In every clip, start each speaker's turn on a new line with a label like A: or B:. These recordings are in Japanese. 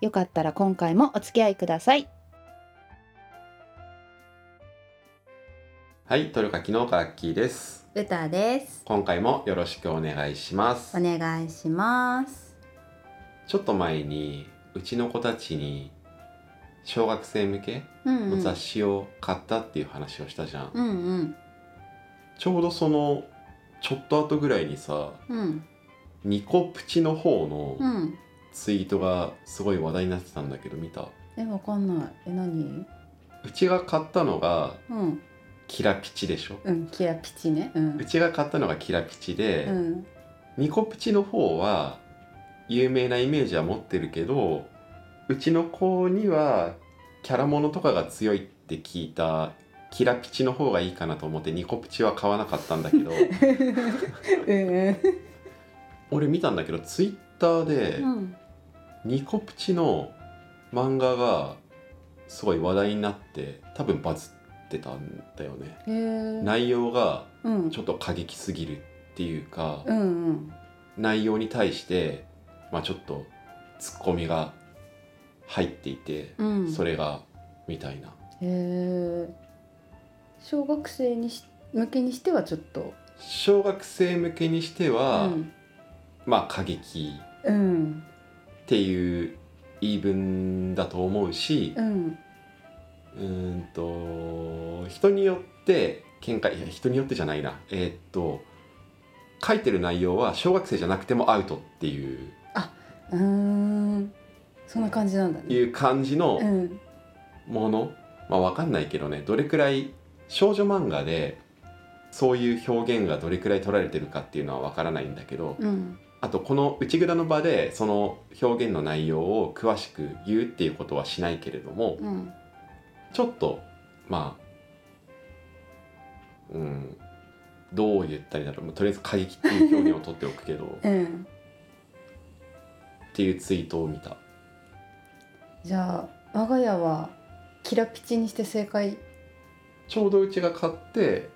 A: よかったら今回もお付き合いください
B: はいトルカキのアッキーです
A: 歌です
B: 今回もよろしくお願いします
A: お願いします
B: ちょっと前にうちの子たちに小学生向け
A: うんう
B: の
A: ん
B: 雑誌を買ったっていう話をしたじゃん、
A: うんうん
B: ちょうどそのちょっと後ぐらいにさ
A: うん
B: ニコプチの方
A: う
B: の
A: ん
B: ツイートがすごい話題になってたんだけど見た
A: えわかんないえ何
B: うちが買ったのが
A: うん
B: キラピチでしょ
A: うんキラピチねうん
B: うちが買ったのがキラピチで、
A: うん
B: ニコプチの方は有名なイメージは持ってるけどうちの子にはキャラものとかが強いって聞いたキラピチの方がいいかなと思ってニコプチは買わなかったんだけど
A: うん
B: 俺見たんだけどツイッターで
A: うん
B: ニコプチの漫画がすごい話題になって多分バズってたんだよね。
A: へー
B: 内容が
A: うん
B: ちょっと過激すぎるっていうか、
A: うんうん
B: 内容に対して、まあ、ちょっとツッコミが入っていて、
A: うん
B: それがみたいな
A: へー小学生にし向けにしてはちょっと
B: 小学生向けにして
A: う
B: は、
A: ん
B: まあ過激
A: うん
B: っていう言い分だと思うし
A: うん
B: うーんと人によって見解いや人によってじゃないなえーっと書いてる内容は小学生じゃなくてもアウトっていう
A: うーんそんな感じなんだね
B: いう感じの
A: うん
B: ものまあわかんないけどねどれくらい少女漫画でそういう表現がどれくらい取られてるかっていうのはわからないんだけど
A: うん
B: あとこの内蔵の場でその表現の内容を詳しく言うっていうことはしないけれども
A: うん
B: ちょっとまあうんどう言ったりだろうまあとりあえず過激っていう表現を取っておくけど
A: うん
B: っていうツイートを見た
A: じゃあ我が家はキラピチにして正解
B: ちょうどうちが買って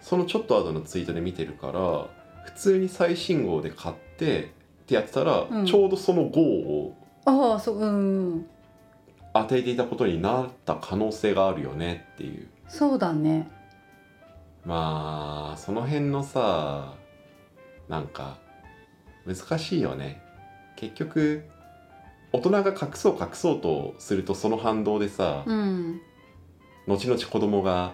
B: そのちょっと後のツイートで見てるから普通に最新号で買ってってやってたら、
A: うん
B: ちょうどその号を
A: ああそううん
B: 当てていたことになった可能性があるよねっていう
A: そうだね
B: まあその辺のさなんか難しいよね結局大人が隠そう隠そうとするとその反動でさ、
A: うん
B: 後々子供が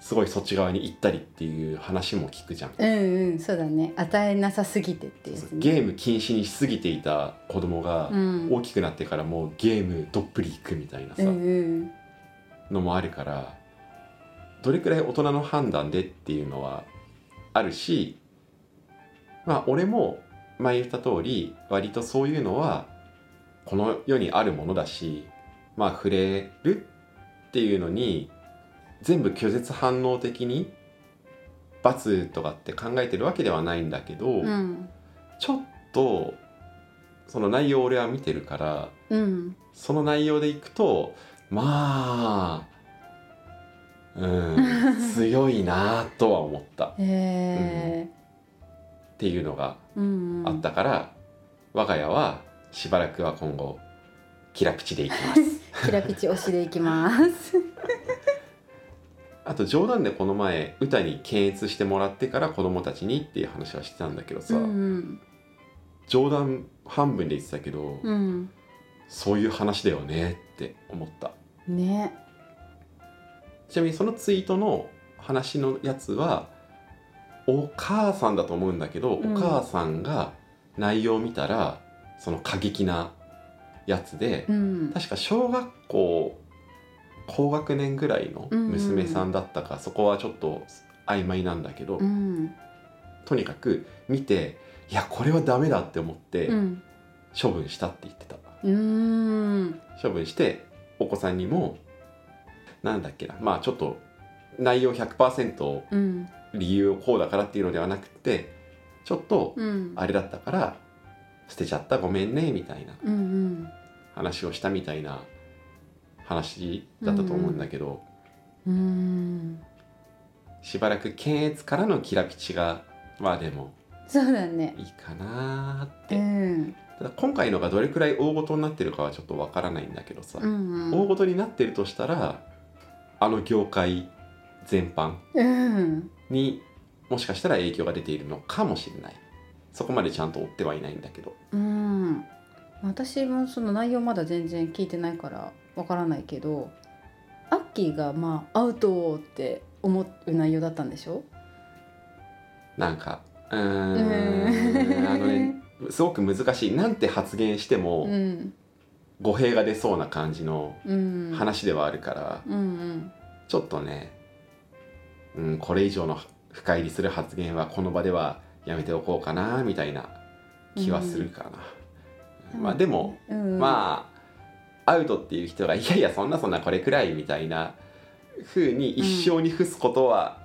B: すごいそっち側に行ったりっていう話も聞くじゃん
A: うんうんそうだね与えなさすぎてっていうやつね
B: ゲーム禁止にしすぎていた子供が
A: うん
B: 大きくなってからもうゲームどっぷりいくみたいなさ、
A: うんうん
B: のもあるからどれくらい大人の判断でっていうのはあるしまあ俺も前言った通り割とそういうのはこの世にあるものだしまあ触れるっていうのに全部拒絶反応的に罰とかって考えてるわけではないんだけど。
A: うん
B: ちょっとその内容を俺は見てるから
A: うん
B: その内容でいくとまあうん 強いなとは思ったっ
A: へえ
B: ていうのが
A: うんうん
B: あったから、我が家はしばらくは今後キラピチでいき ます
A: キラピチ推しでいきます
B: あと冗談でこの前歌に検閲してもらってから子供たちにっていう話はしてたんだけど
A: う
B: さ、
A: ん
B: 冗談半分で言ってたけど、
A: うん
B: そういう話だよねって思った
A: うんね
B: ちなみにそのツイートの話のやつはお母さんだと思うんだけど、
A: うん
B: お母さんが内容を見たらその過激なやつで、
A: うん
B: 確か小学校高学年ぐらいの娘さんだったか、そこはちょっと曖昧なんだけど、
A: うん
B: とにかく見ていやこれはダメだって思って
A: うん
B: 処分したって言ってた、
A: うん
B: 処分してお子さんにもなんだっけなまあちょっと内容100%
A: うん
B: 理由をこうだからっていうのではなくてちょっと
A: うん
B: あれだったから捨てちゃったごめんねみたいな
A: うんうん
B: 話をしたみたいな話だったと思うんだけど、
A: うん
B: しばらく検閲からのキラピチがまあでも
A: そうだね
B: いいかなーっ
A: う
B: て、
A: ん
B: ただ今回のがどれくらい大ごとになってるかはちょっとわからないんだけどさ、
A: うんう
B: 大
A: ん
B: ごとになってるとしたらあの業界全般
A: うん
B: にもしかしたら影響が出ているのかもしれないそこまでちゃんと追ってはいないんだけど
A: うん私もその内容まだ全然聞いてないからわからないけどアッキーがまあアウトって思う内容だったんでしょ
B: なんかう
A: う
B: ーんあのねすごく難しいなんて発言して
A: う
B: も
A: ん
B: 語弊が出そうな感じの
A: うん
B: 話ではあるから、
A: うんうん
B: ちょっとね、うん、これ以上の深入りする発言はこの場ではやめておこうかなみたいな気はするかな、まあでも、、
A: うん、
B: まあアウトっていう人が「いやいやそんなそんなこれくらい」みたいな風に一生に付すことは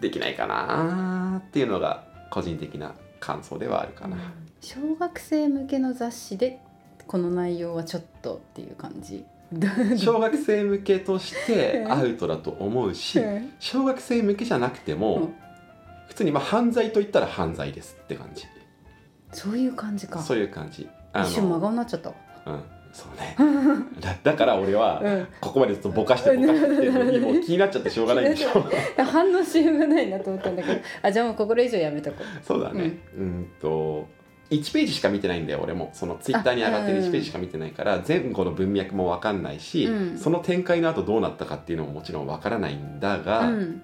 B: できないかなっていうのが個人的な感想ではあるかな。
A: 小学生向けの雑誌でこの内容はちょっとっていう感じ。
B: 小学生向けとしてアウトだと思うし
A: うん
B: 小学生向けじゃなくても、
A: うん
B: 普通にまあ犯罪と言ったら犯罪ですって感じ
A: そういう感じか。
B: そういう感じ
A: 一瞬真
B: の
A: 顔になっちゃったわ。
B: うんそうねだだから俺は
A: うん
B: ここまでずっとぼかしてぼかしてきてるのにもう気になっちゃってしょうがないんでしょ
A: 反応しようがないなと思ったんだ けど、あじゃあもうこれ以上やめとこう。
B: そうだねうんと1ページしか見てないんだよ俺もそのツイッターに上がってる
A: あうん
B: 1ページしか見てないから前後の文脈も分かんないし、
A: うん
B: その展開の後どうなったかっていうのももちろん分からないんだが、
A: うん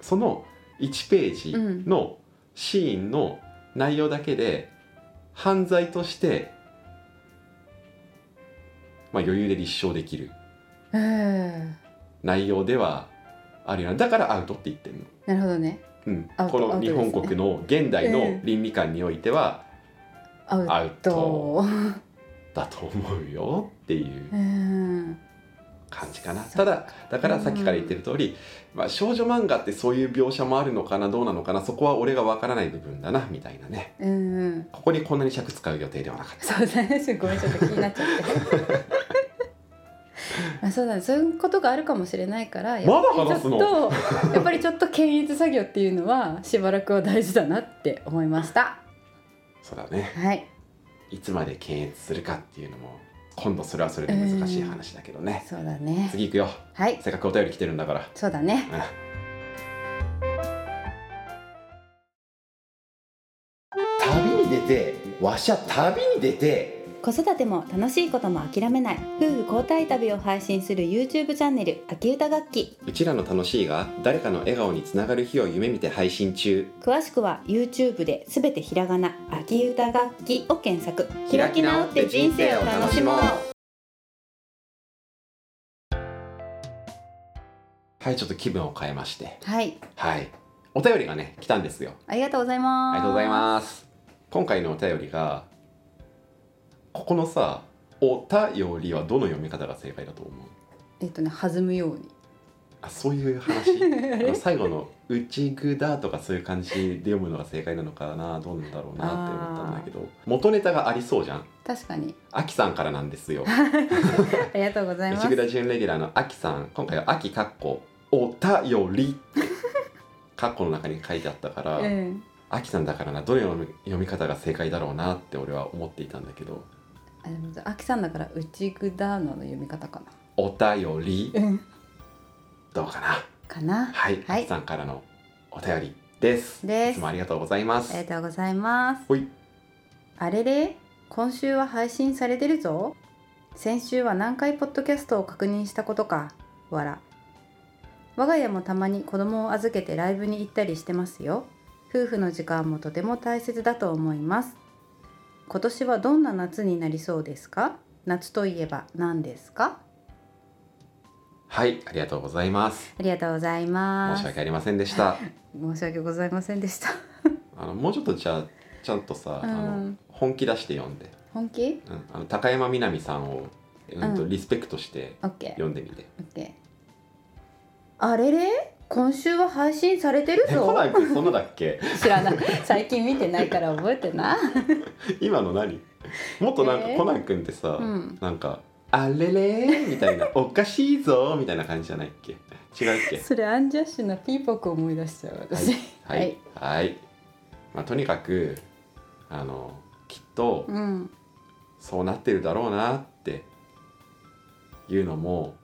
B: その1ページのシーンの内容だけで犯罪として、まあ、余裕で立証できる
A: うん。な
B: 内容ではあるよなだからアウトって言ってるの、
A: るほどね。
B: うん
A: アウ、ト
B: この日本国の現代
A: アウトです
B: の
A: ね
B: 倫理観においては
A: アウ
B: アウト
A: ト。
B: だと思うよっていう
A: うん。
B: 感じかな
A: そっか
B: ただだからさっきから言ってる通り、まあ、少女漫画ってそういう描写もあるのかなどうなのかなそこは俺がわからない部分だなみたいなね
A: うんうん。
B: ここにこんなに尺使う予定ではなかった。
A: そうだね。ごめんちょっと気になっちゃって。 まあそうだね。そういうことがあるかもしれないから、やっぱり
B: まだ話すの
A: ちょっとやっぱりちょっと検閲作業っていうのはしばらくは大事だなって思いました
B: そうだね
A: はい
B: いつまで検閲するかっていうのも今度それはそれで難しい話だけどね、
A: そうだね
B: 次行くよ
A: はい
B: せっかくお便り来てるんだから
A: そうだね
B: うん旅に出てわしゃ旅に出て
A: 子育ても楽しいことも諦めない夫婦交代旅を配信する YouTube チャンネル秋歌楽器
B: うちらの楽しいが誰かの笑顔につながる日を夢見て配信中
A: 詳しくは YouTube で全てひらがな秋歌楽器を検索
B: 開き直って人生を楽しもうはいちょっと気分を変えまして
A: はい
B: はいお便りがね来たんですよ
A: ありがとうございます
B: ありがとうございます。今回のお便りがここのさ「お便り」はどの読み方が正解だと思う
A: えっとね弾むように
B: あそういう 話あの最後の「内ぐだ」とかそういう感じで読むのが正解なのかなどうなんだろうなって思ったんだけど元ネタがありそうじゃん。
A: 確かに
B: あきさんからなんですよ。
A: ありがとうございます
B: 内ぐだ準レギュラーのあきさん今回は「あきかっこお便り」かっこの中に書いてあった から。
A: うん
B: アキさんだからなどの読み読み方が正解だろうなって俺は思っていたんだけど
A: あでも秋さんだから「うちぐだ」の読み方かな
B: 「お便り
A: うん」
B: どうかな
A: かな。
B: はい、
A: は
B: ア
A: い
B: キさんからのお便りです
A: で
B: いつ
A: す。
B: もあ
A: あ
B: りがとうございます
A: りがとうございます。
B: ほい
A: あれれ、今週は配信されてるぞ。先週は何回ポッドキャストを確認したことか。わら。我が家もたまに子供を預けてライブに行ったりしてますよ。夫婦の時間もとても大切だと思います。今年はどんな夏になりそうですか夏といえば何ですか
B: はいありがとうございます
A: ありがとうございま
B: 申
A: す
B: し。訳ありませんでした
A: 申し訳ございませんでした。
B: あのもうちょっとじゃあちゃんとさ、
A: うん
B: あの本気出して読んで
A: 本気
B: うん、あの高山みなみさんを、うんと
A: うん
B: リスペクトして
A: オッケー
B: 読んでみて。
A: オッケーあれれ今週は配信されてる
B: えコナ
A: ぞ
B: ン君そんなだっけ
A: 知らない最近見てないから覚えてな
B: 今の何もっとなんか、
A: えー
B: コナン君ってさ、
A: うん
B: なんか「あれれ?」みた いな「おかしいぞ」みたいな感じじゃないっけ違うっけ
A: それアンジャッシュのピーポく思い出しちゃう私
B: はい、はいまあ、とにかくあのきっと
A: うん
B: そうなってるだろうなっていうのも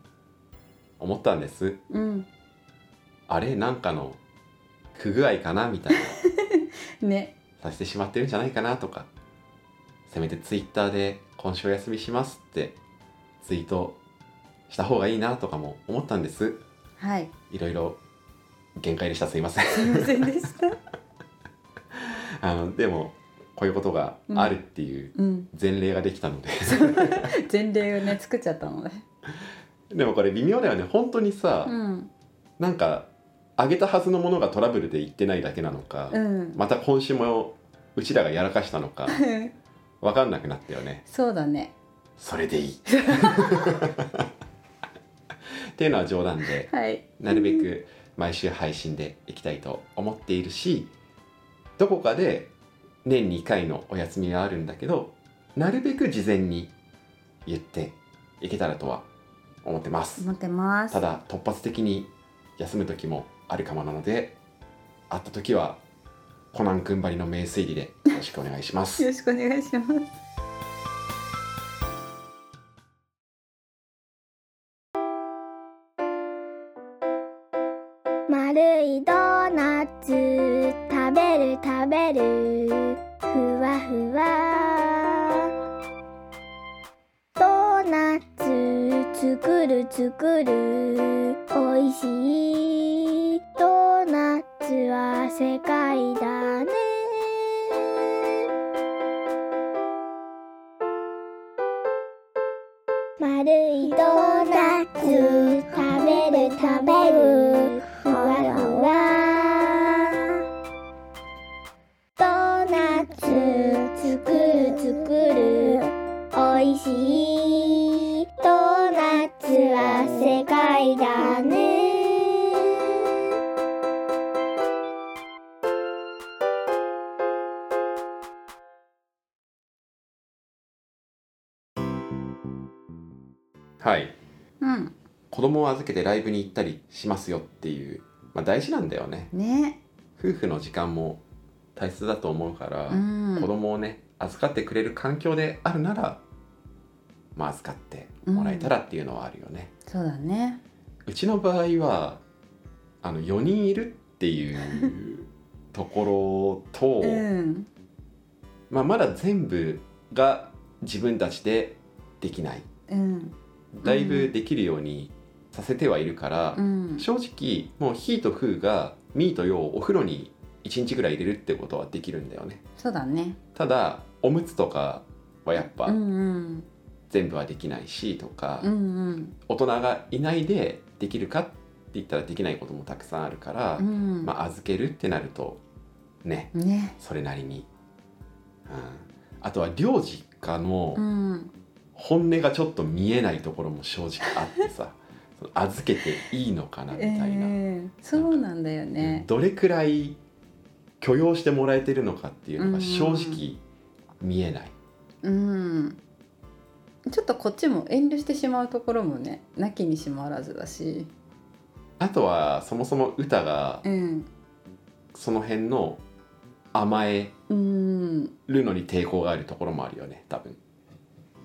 B: 思ったんです
A: うん
B: あれなんかの不具合かなみたいな
A: ね
B: させてしまってるんじゃないかなとかせめてツイッターで「今週お休みします」ってツイートした方がいいなとかも思ったんです
A: はい
B: いろいろ限界でしたすい ません
A: すいませんでした
B: あのでもこういうことがあるっていう
A: うん
B: 前例ができたので、
A: 前例をね作っちゃったので
B: でもこれ微妙だよね本当にさ、
A: うん
B: なんかあげたはずのものがトラブルで言ってないだけなのか、
A: うん
B: また今週もうちらがやらかしたのか分かんなくなったよね
A: そうだね
B: それでいい っていうのは冗談で
A: はい
B: なるべく毎週配信でいきたいと思っているしどこかで年2回のお休みはあるんだけどなるべく事前に言っていけたらとは思ってます。
A: 思ってます
B: ただ突発的に休む時もあるかもなので会った時はコナン君ばりの名推理でよろしくお願いします
A: よろしくお願いします
C: 丸いドーナツ食べる食べるふわふわドーナツ作る作るおいしいドーナツは世界だね丸いドーナツ食べる食べるふわふわドーナツ作る作るおいしいドーナツは世界だね
B: はい
A: うん
B: 子供を預けてライブに行ったりしますよっていう、まあ、大事なんだよね
A: ね
B: 夫婦の時間も大切だと思うから、
A: うん
B: 子供をね預かってくれる環境であるなら、まあ、預かってもらえたらっていうのはあるよね、
A: そうだね
B: うちの場合はあの4人いるっていうところと、
A: うん
B: まあ、まだ全部が自分たちでできない
A: うん
B: だいぶできるようにさせてはいるから、
A: うん
B: 正直もうヒーとフーがミーとヨーをお風呂に1日ぐらい入れるってことはできるんだよね
A: そうだね
B: ただおむつとかはやっ
A: う
B: ぱ
A: んうん
B: 全部はできないしとか、
A: うん
B: 大人がいないでできるかって言ったらできないこともたくさんあるから、
A: うんうん
B: まあ、預けるってなるとね
A: ね
B: それなりに、うん、あとは両実家の、
A: うん
B: 本音がちょっと見えないところも正直あってさその預けていいのかなみ
A: え
B: たいな、
A: えそうなんだよね
B: どれくらい許容してもらえてるのかっていうのが正
A: うんうん
B: 直見えない、
A: うんちょっとこっちも遠慮してしまうところもねなきにしもあらずだし
B: あとはそもそも歌が
A: うん
B: その辺の甘え
A: うん
B: るのに抵抗があるところもあるよね多分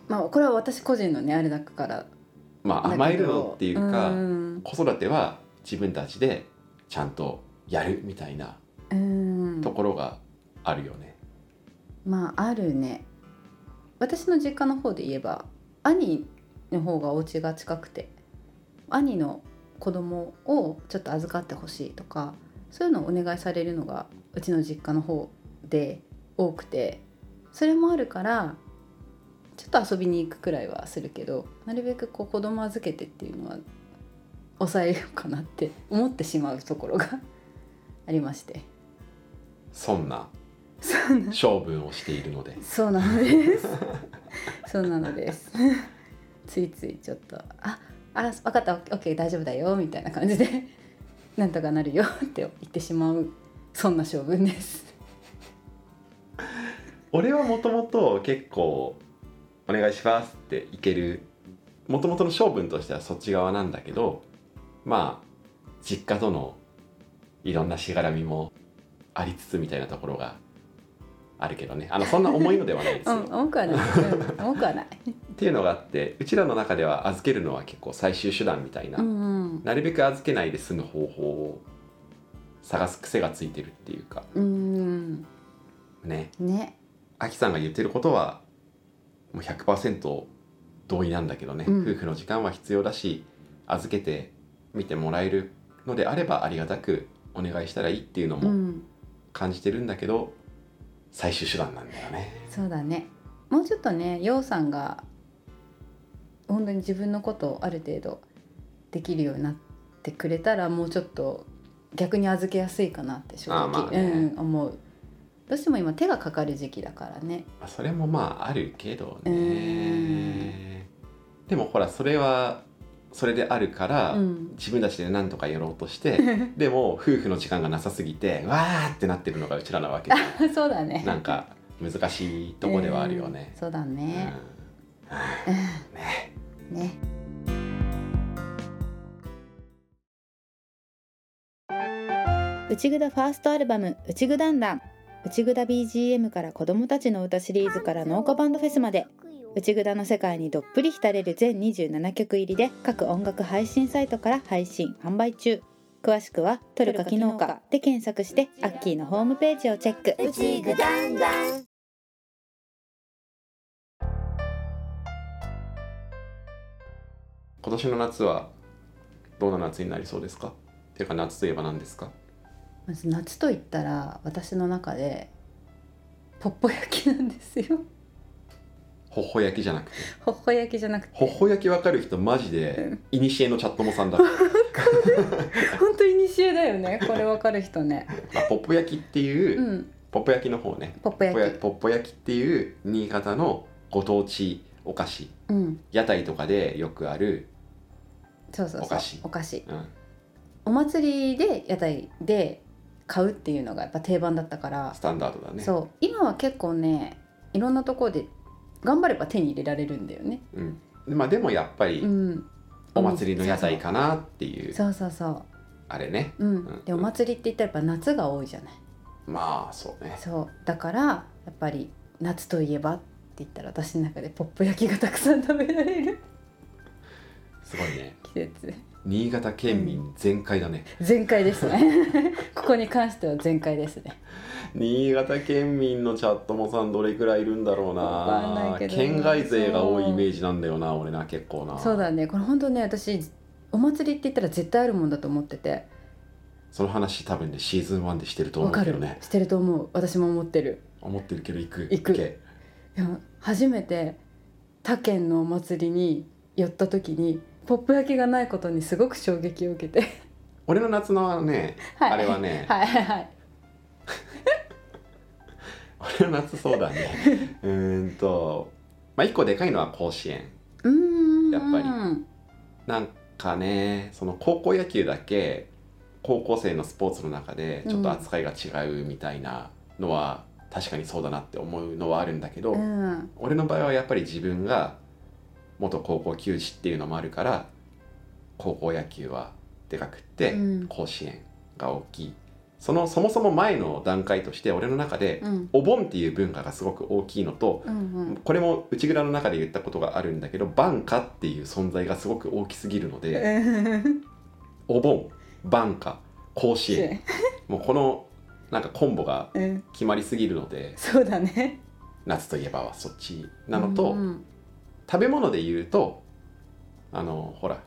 A: まあこれは私個人のねあれだから
B: まあ甘えるのっていうか、
A: うん
B: 子育ては自分たちでちゃんとやるみたいな
A: うん
B: ところがあるよね、
A: まああるね私の実家の方で言えば兄の方がお家が近くて兄の子供をちょっと預かってほしいとかそういうのをお願いされるのがうちの実家の方で多くてそれもあるからちょっと遊びに行くくらいはするけどなるべくこう子供預けてっていうのは抑えようかなって思ってしまうところがありまして
B: そんな
A: そうな
B: 勝負をしているので
A: そうなのです。 そうなのです。 ついついちょっとああら分かったオッケー大丈夫だよみたいな感じでなんとかなるよって言ってしまうそんな性分です。
B: 俺はもともと結構「お願いします」っていけるもともとの性分としてはそっち側なんだけどまあ実家とのいろんなしがらみもありつつみたいなところがあるけどねあのそんな重いのではないです
A: う
B: よ。
A: ん
B: っ
A: 重くはない。うん重くはない。
B: ていうのがあってうちらの中では預けるのは結構最終手段みたいな、
A: うんうん
B: なるべく預けないで済む方法を探す癖がついてるっていうか
A: うん
B: ね
A: ね。
B: アキさんが言ってることはもう100%同意なんだけどね、
A: うん
B: 夫婦の時間は必要だし預けて見てもらえるのであればありがたくお願いしたらいいっていうの
A: う
B: も
A: ん
B: 感じてるんだけど、最終手段なんだよね。
A: そうだね。もうちょっとねようさんが本当に自分のことをある程度できるようになってくれたらもうちょっと逆に預けやすいかなって正
B: あーま
A: 直、
B: あね
A: うん、思う。どうしても今手がかかる時期だからね。
B: まあそれもまああるけどね。でもほらそれはそれであるから、
A: うん。
B: 自分たちで何とかやろうとしてでも夫婦の時間がなさすぎてわーってなってるのがうちらなわけじゃん
A: そうだね。
B: なんか難しいとこではあるよね
A: うん。そうだね。
B: うんね
A: ね。
D: 内ぐだファーストアルバム「内ぐだんだん」内ぐだ BGM から子どもたちの歌シリーズから農家バンドフェスまで内ぐだの世界にどっぷり浸れる全27曲入りで各音楽配信サイトから配信販売中詳しくは「トルカ機能か」で検索してアッキーのホームページをチェック
C: うちぐだんだん
B: 今年の夏はどんな夏になりそうですかっていうか夏といえば何ですか
A: まず夏と言ったら私の中でポッポ焼きなんですよ。
B: ほっほ焼きじゃなくて
A: ほっほ焼きじゃなくて。
B: ほっほ焼きわかる人マジでいにしえのチャットも さんだあ
A: 本当に西江だよね。これわかる人ね。
B: ポッポ焼きっていう、
A: うん。
B: ポッポ焼きの方ね
A: ポッポ
B: ポッ
A: 焼
B: ポ焼
A: き
B: き。ポッポ焼きっていう新潟のご当地お菓子
A: うん。
B: 屋台とかでよくある、
A: そうそうそう。
B: お菓子
A: お菓子。
B: うん、
A: お祭りで屋台で買うっていうのがやっぱ定番だったから
B: ス。タンダードだね
A: そう。今は結構ね、いろんなところで頑張れば手に入れられるんだよね。
B: うんまあ、でもやっぱ
A: う
B: り
A: ん。
B: お祭りの屋台かなっていう
A: そうそうそう。
B: あれね
A: うん。でお祭りって言ったらやっぱ夏が多いじゃない。
B: まあそうね
A: そうだからやっぱり夏といえばって言ったら私の中でポップ焼きがたくさん食べられる
B: すごいね
A: 季 節
B: 新潟県民全開だね、
A: 全開ですねここに関しては全開ですね
B: 新潟県民のチャットもさんどれくらいいるんだろう
A: わかんな
B: ない
A: けど
B: 県外勢が多いイメージなんだよな俺な結構な
A: そうだねこれ本当ね私お祭りって言ったら絶対あるもんだと思ってて
B: その話多分ねシーズン1でしてると
A: わ
B: 思う
A: か
B: けど
A: る、
B: ね
A: してると思う私も思ってる
B: 思ってるけど行く
A: 行く
B: け
A: でも初めて他県のお祭りに寄った時にポップ焼きがないことにすごく衝撃を受けて、
B: 俺の夏のね、
A: はい、
B: あれはね、
A: はいはいはい
B: 俺の夏そうだ ねうーんとまあ一個でかいのは甲子園
A: うーん
B: やっぱりなんかねその高校野球だけ高校生のスポーツの中でちょっと扱いが違うみたいなのは、確かにそうだなって思うのはあるんだけど、
A: うん
B: 俺の場合はやっぱり自分が元高校球児っていうのもあるから高校野球はでかくって、
A: うん
B: 甲子園が大きいそのそもそも前の段階として俺の中で、
A: うん
B: お盆っていう文化がすごく大きいのと、
A: うんうん
B: これも内蔵の中で言ったことがあるんだけど晩夏っていう存在がすごく大きすぎるので、お盆晩夏甲子園もうこのなんかコンボが
A: うん、
B: 決まりすぎるので
A: そうだね。
B: 夏といえばはそっちなのと、
A: うん
B: 食べ物で言うとあのほら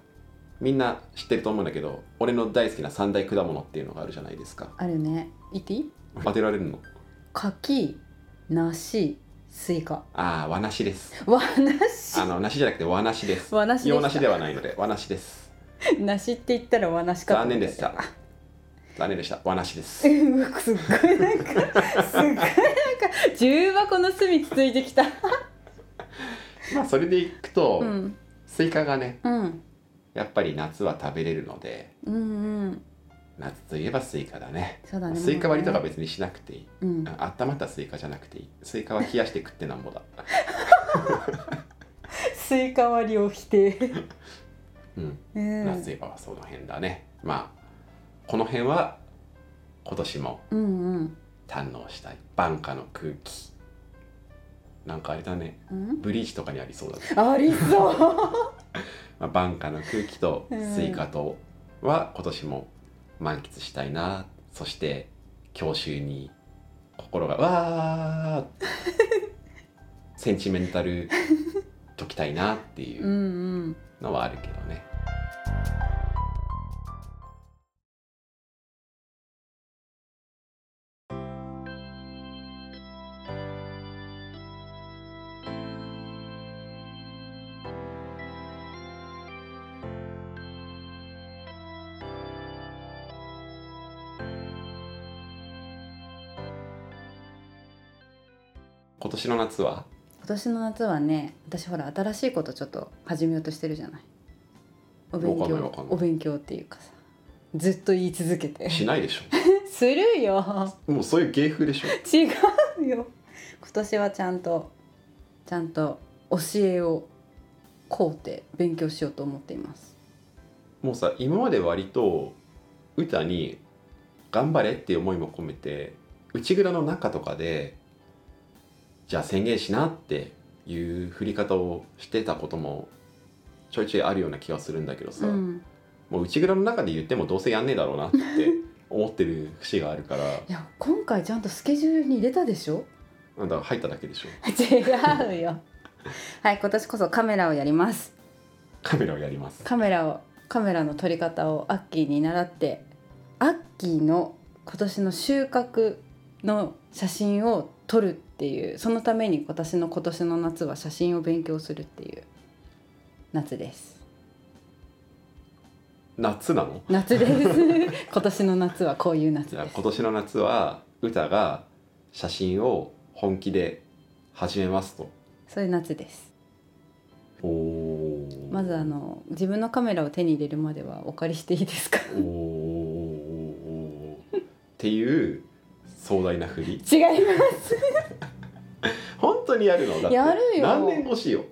B: みんな知ってると思うんだけど俺の大好きな三大果物っていうのがあるじゃないですか
A: あるね。言っていい？
B: 当てられるの
A: 柿、梨、スイカ。
B: ああ和梨です
A: わ
B: あ
A: 梨。
B: の梨じゃなくて和梨です
A: わ梨
B: 洋梨で
A: は。
B: はないので和梨です
A: 梨って言ったらわ梨かと
B: 残
A: 思っ
B: 念
A: た。
B: でした。残念でした。和なしで
A: う
B: す。
A: ん。すっごいなんかすっごいなん重箱の隅つついてきた
B: まあそれでいくと、
A: うん
B: スイカがね
A: うん
B: やっぱり夏は食べれるので
A: うんうん
B: 夏といえばスイカだね
A: そうだね
B: スイカ割りとか
A: も
B: 別にしなくていい、
A: うねうん
B: あ温まったスイカじゃなくていいスイカは冷やして食ってなんぼだ
A: スイカ割りを否 定、
B: うん
A: うん、
B: 夏といえばその辺だねまあこの辺は今年も
A: うんうん
B: 堪能したい晩夏の空気なんかあれだね
A: うん
B: ブリーチとかにありそうだね、
A: ありそう
B: まあ、晩夏の空気とスイカとは今年も満喫したいなそして教習に心がわーセンチメンタル解きたいなっていううん
A: うん
B: のはあるけどね、今年の夏は
A: 今年の夏はね私ほら新しいことちょっと始めようとしてるじゃないお勉
B: わかんない
A: 強
B: わかんない
A: お勉強っていうかさずっと言い続け て
B: しないでし
A: するよ
B: ょもうそういう芸風でしょ
A: 違うよ今年はちゃんとちゃんと教えをこうて勉強しようと思っています
B: もうさ今まで割と歌に頑張れっていう思いも込めて内蔵の中とかでじゃあ宣言しなっていう振り方をしてたこともちょいちょいあるような気がするんだけどさ、
A: うん
B: もう内蔵の中で言ってもどうせやんねえだろうなって思ってる節があるから
A: いや今回ちゃんとスケジュールに入れたで しょ
B: なんだ入っただけでしょ
A: 違うよ はい今年こそカメラをやります
B: カメラをやります
A: カメラをカメラの撮り方をアッキーに習ってアッキーの今年の収穫の写真を撮るっていうそのために私の今年の夏は写真を勉強するっていう夏です
B: 夏なの
A: 夏です今年の夏はこういう夏
B: じゃあ
A: です
B: 今年の夏は歌が写真を本気で始めますと。
A: そういう夏です
B: おー
A: まずあの自分のカメラを手に入れるまではお借りしていいですか
B: おーおーっていう壮大な振り
A: 違いま
B: 本当にやるのだって
A: やるよ
B: 何年越しよ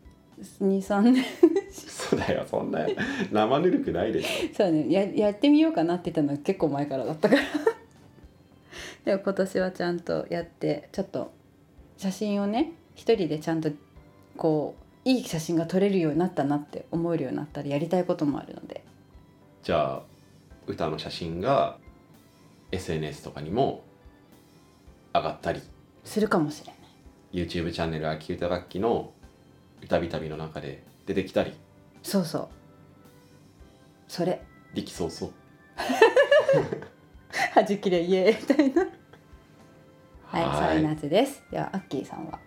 A: す23年
B: そうだよそんな生ぬるくないでし
A: そうねややってみようかなって言ったのは結構前からだったから でも今年はちゃんとやってちょっと写真をね一人でちゃんとこういい写真が撮れるようになったなって思えるようになったりやりたいこともあるので
B: ょじゃあ歌の写真が SNS とかにも上がったり
A: するかもしれない
B: YouTube チャンネル「秋歌楽器」の歌びたびの中で出てきたり
A: そうそうそれ
B: 力そうそう
A: はじきれイエーイみたいなはい
B: は
A: そう
B: ー
A: いう夏ですではアッキーさんは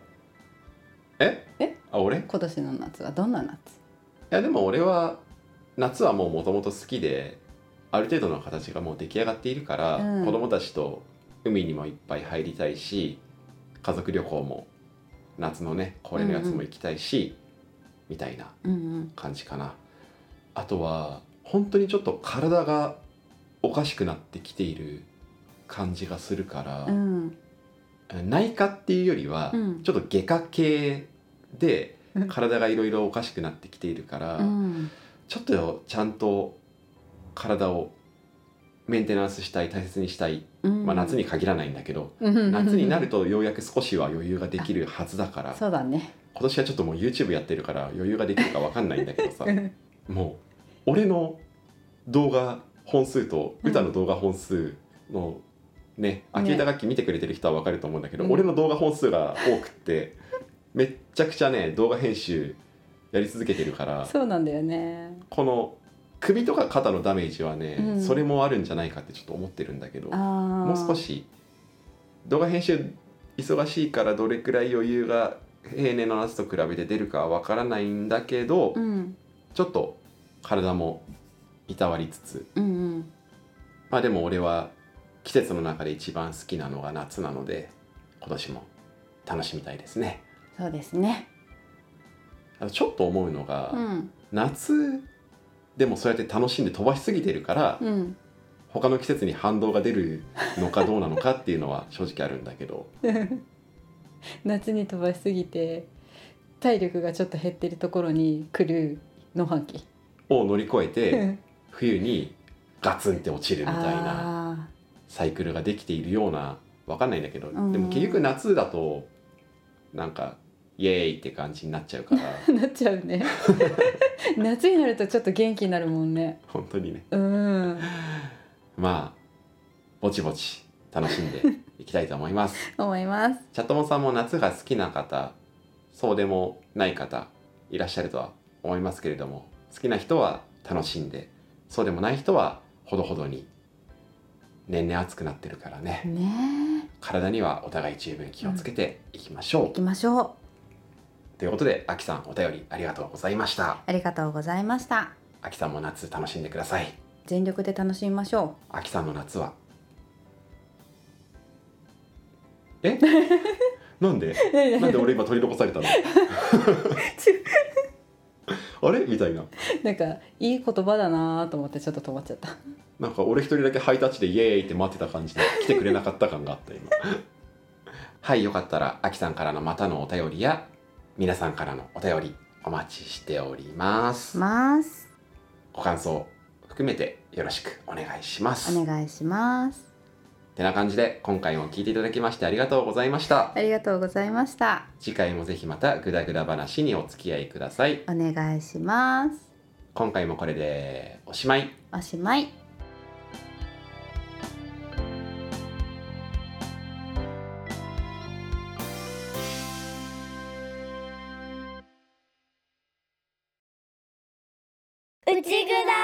B: え
A: え
B: あ俺い
A: 今年の夏はどんな夏
B: やでも俺は夏はもうもともと好きである程度の形がもう出来上がっているから、
A: うん
B: 子供たちと海にもいっぱい入りたいし家族旅行も夏のね恒例のやつも行きたいし、みたいな
A: うんうん
B: 感じかなあとは本当にちょっと体がおかしくなってきている感じがするから、
A: うん
B: 内科っていうよりは、
A: うん
B: ちょっと外科系で
A: うん
B: 体がいろいろおかしくなってきているから、
A: うん
B: ちょっとちゃんと体をメンテナンスしたい大切にしたい、
A: うん
B: まあ、夏に限らないんだけど、夏
A: 夏
B: になるとようやく少しは余裕ができるはずだから今
A: そうだね
B: 年はちょっともう YouTube やってるから余裕ができるか分かんないんだけど さ
A: うん
B: もう俺の動画本数と歌の動画本数の、ね秋歌楽器見てくれてる人は分かると思うんだけど、
A: うん
B: 俺の動画本数が多くってめっちゃくちゃね動画編集やり続けてるから
A: そうなんだよね
B: この首とか肩のダメージはね、
A: うん
B: それもあるんじゃないかってちょっと思ってるんだけど
A: あ
B: も
A: も
B: う少し動画編集忙しいからどれくらい余裕が平年の夏と比べて出るかは分からないんだけど、
A: うん
B: ちょっと体もいたわりつつ
A: うんうん
B: まあでも俺は季節の中で一番好きなのが夏なので今年も楽しみたいですね
A: そうですね
B: あとちょっと思うのが、
A: うん
B: 夏でもそうやって楽しんで飛ばしすぎてるから、
A: うん
B: 他の季節に反動が出るのかどうなのかっていうのは正直あるんだけど
A: 夏に飛ばしすぎて体力がちょっと減ってるところに来る農飯期
B: を乗り越
A: み
B: えて冬にガツンって落ちるみたいな
A: な
B: サイクルができているようなわかんないんだけど、
A: ん
B: でも結局夏だとなんかイエーイって感じになっちゃうか ら
A: なっちゃうね夏になるとちょっと元気になるもんね
B: 本当にね
A: うん
B: まあぼちぼち楽しんでいきたいと思います。
A: 思います
B: チャットモンさんも夏が好きな方そうでもない方いらっしゃるとは思いますけれども好きな人は楽しんでそうでもない人はほどほどに年々暑くなってるからね
A: ね
B: 体にはお互い十分気をつけていきましょう、
A: え行きましょう
B: ということであきさんお便りありがとうございました
A: ありがとうございました
B: あきさんも夏楽しんでください
A: 全力で楽しみましょ
B: あきさんの夏はえ なんで
A: うね
B: なんで俺今取り残されたの あれみたいな
A: なんかいい言葉だなと思ってちょっと止まっちゃった
B: なんか俺一人だけハイタッチでイエーイって待ってた感じで来てくれなかった感があった今 はいよかったらあきさんからのまたのお便りや皆さんからのお便りお待ちしております
A: ます
B: ご感想含めてよろしくお願いします
A: お願いします
B: てな感じで今回も聞いていただきましてありがとうございました
A: ありがとうございました
B: 次回もぜひまたグダグダ話にお付き合いください
A: お願いします
B: 今回もこれでおしまい
A: おしまい
C: うちぐだ